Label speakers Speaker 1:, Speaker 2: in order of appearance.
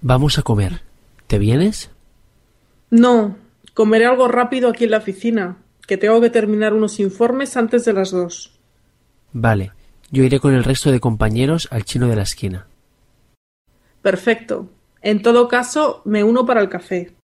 Speaker 1: Vamos a comer. ¿Te vienes?
Speaker 2: No, comeré algo rápido aquí en la oficina, que tengo que terminar unos informes antes de las dos.
Speaker 1: Vale, yo iré con el resto de compañeros al chino de la esquina.
Speaker 2: Perfecto. En todo caso, me uno para el café.